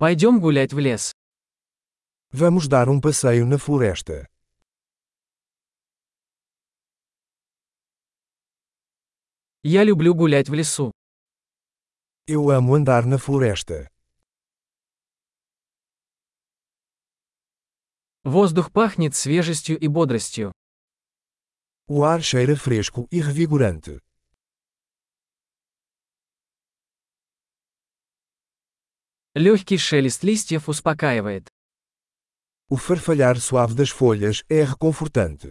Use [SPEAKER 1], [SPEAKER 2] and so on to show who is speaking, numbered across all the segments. [SPEAKER 1] Пойдем гулять в лес.
[SPEAKER 2] Vamos dar um passeio na floresta.
[SPEAKER 1] Я люблю гулять в лесу.
[SPEAKER 2] Eu amo andar na floresta.
[SPEAKER 1] Воздух пахнет свежестью и бодростью.
[SPEAKER 2] O ar cheira fresco e revigorante.
[SPEAKER 1] Легкий шелест листьев успокаивает.
[SPEAKER 2] O farfalhar suave das folhas é reconfortante.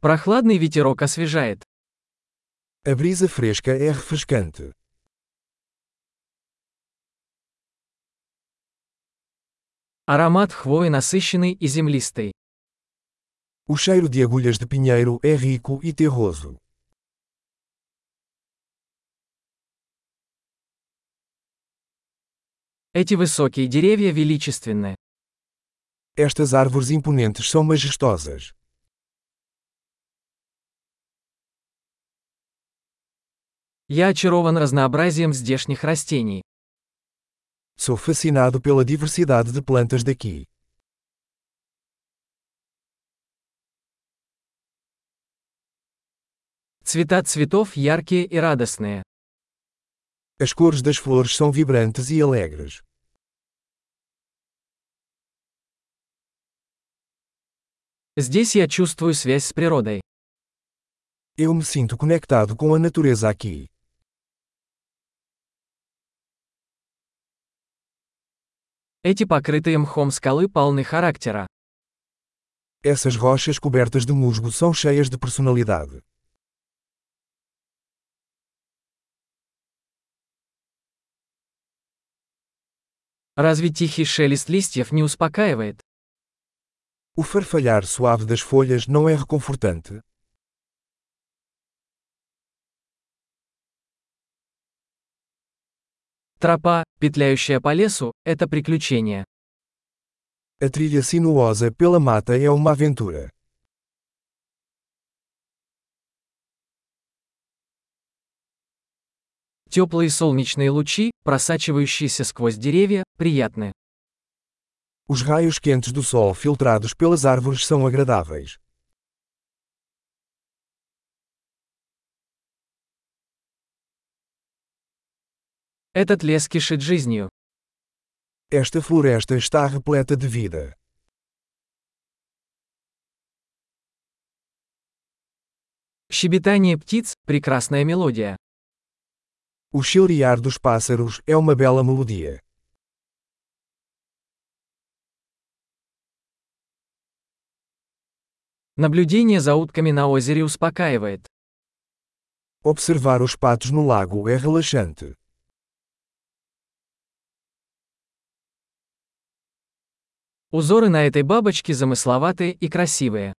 [SPEAKER 1] Прохладный ветерок освежает.
[SPEAKER 2] A brisa fresca é refrescante.
[SPEAKER 1] Аромат хвои насыщенный и землистый.
[SPEAKER 2] O cheiro de agulhas de pinheiro é rico e terroso.
[SPEAKER 1] Эти высокие деревья величественны.
[SPEAKER 2] Estas árvores imponentes são majestosas.
[SPEAKER 1] Я очарован разнообразием здешних растений.
[SPEAKER 2] Sou fascinado pela diversidade de plantas daqui.
[SPEAKER 1] Цвета цветов яркие и радостные.
[SPEAKER 2] As cores das flores são vibrantes e alegres.
[SPEAKER 1] Здесь я чувствую связь с природой.
[SPEAKER 2] Eu me sinto conectado com a natureza aqui.
[SPEAKER 1] Эти покрытые мхом скалы полны характера.
[SPEAKER 2] Essas rochas cobertas de musgo são cheias de personalidade.
[SPEAKER 1] Разве тихий шелест листьев не успокаивает?
[SPEAKER 2] O farfalhar suave das folhas não é reconfortante.
[SPEAKER 1] Тропа, петляющая по лесу, это приключение.
[SPEAKER 2] A trilha sinuosa pela mata é uma aventura.
[SPEAKER 1] Теплые солнечные лучи, просачивающиеся сквозь деревья, приятны.
[SPEAKER 2] Os raios quentes do sol filtrados pelas árvores são agradáveis.
[SPEAKER 1] Этот лес кишит жизнью.
[SPEAKER 2] Esta floresta está repleta de vida.
[SPEAKER 1] Щебетание птиц – прекрасная мелодия.
[SPEAKER 2] O chilrear dos pássaros é uma bela melodia.
[SPEAKER 1] Наблюдение за утками на озере успокаивает.
[SPEAKER 2] Observar os patos no lago é relaxante.
[SPEAKER 1] Узоры на этой бабочке замысловатые и красивые.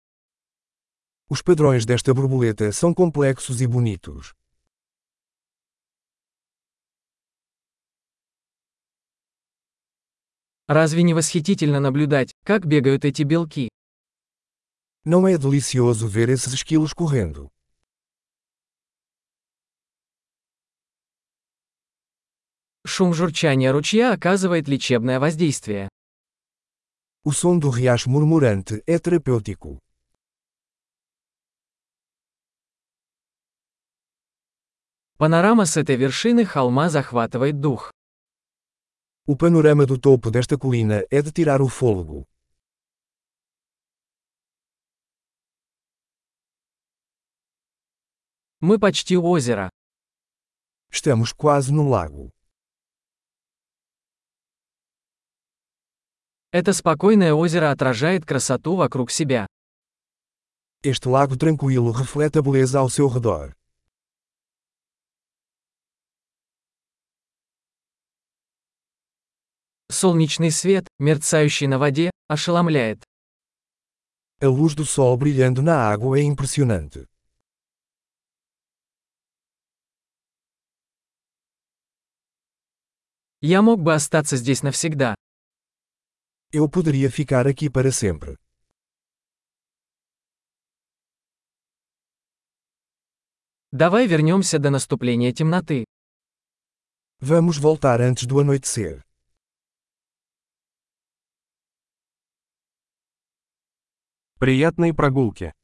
[SPEAKER 2] Os padrões desta borboleta são complexos e bonitos.
[SPEAKER 1] Разве не восхитительно наблюдать, как бегают эти белки?
[SPEAKER 2] Não é delicioso ver esses esquilos correndo.
[SPEAKER 1] Шум журчания ручья оказывает лечебное воздействие.
[SPEAKER 2] O som do riacho murmurante é terapêutico.
[SPEAKER 1] Панорама с этой вершины холма захватывает дух.
[SPEAKER 2] O panorama do topo desta colina é de tirar o fôlego.
[SPEAKER 1] Мы почти у озера.
[SPEAKER 2] Estamos quase no lago.
[SPEAKER 1] Это спокойное озеро отражает красоту вокруг себя.
[SPEAKER 2] Este lago tranquilo reflete a beleza ao seu redor.
[SPEAKER 1] Солнечный свет, мерцающий на воде, ошеломляет.
[SPEAKER 2] A luz do sol brilhando na água é impressionante.
[SPEAKER 1] Я мог бы остаться здесь навсегда.
[SPEAKER 2] Eu poderia ficar aqui para sempre.
[SPEAKER 1] Давай вернемся до наступления темноты.
[SPEAKER 2] Vamos voltar antes do anoitecer.
[SPEAKER 3] Приятной прогулки.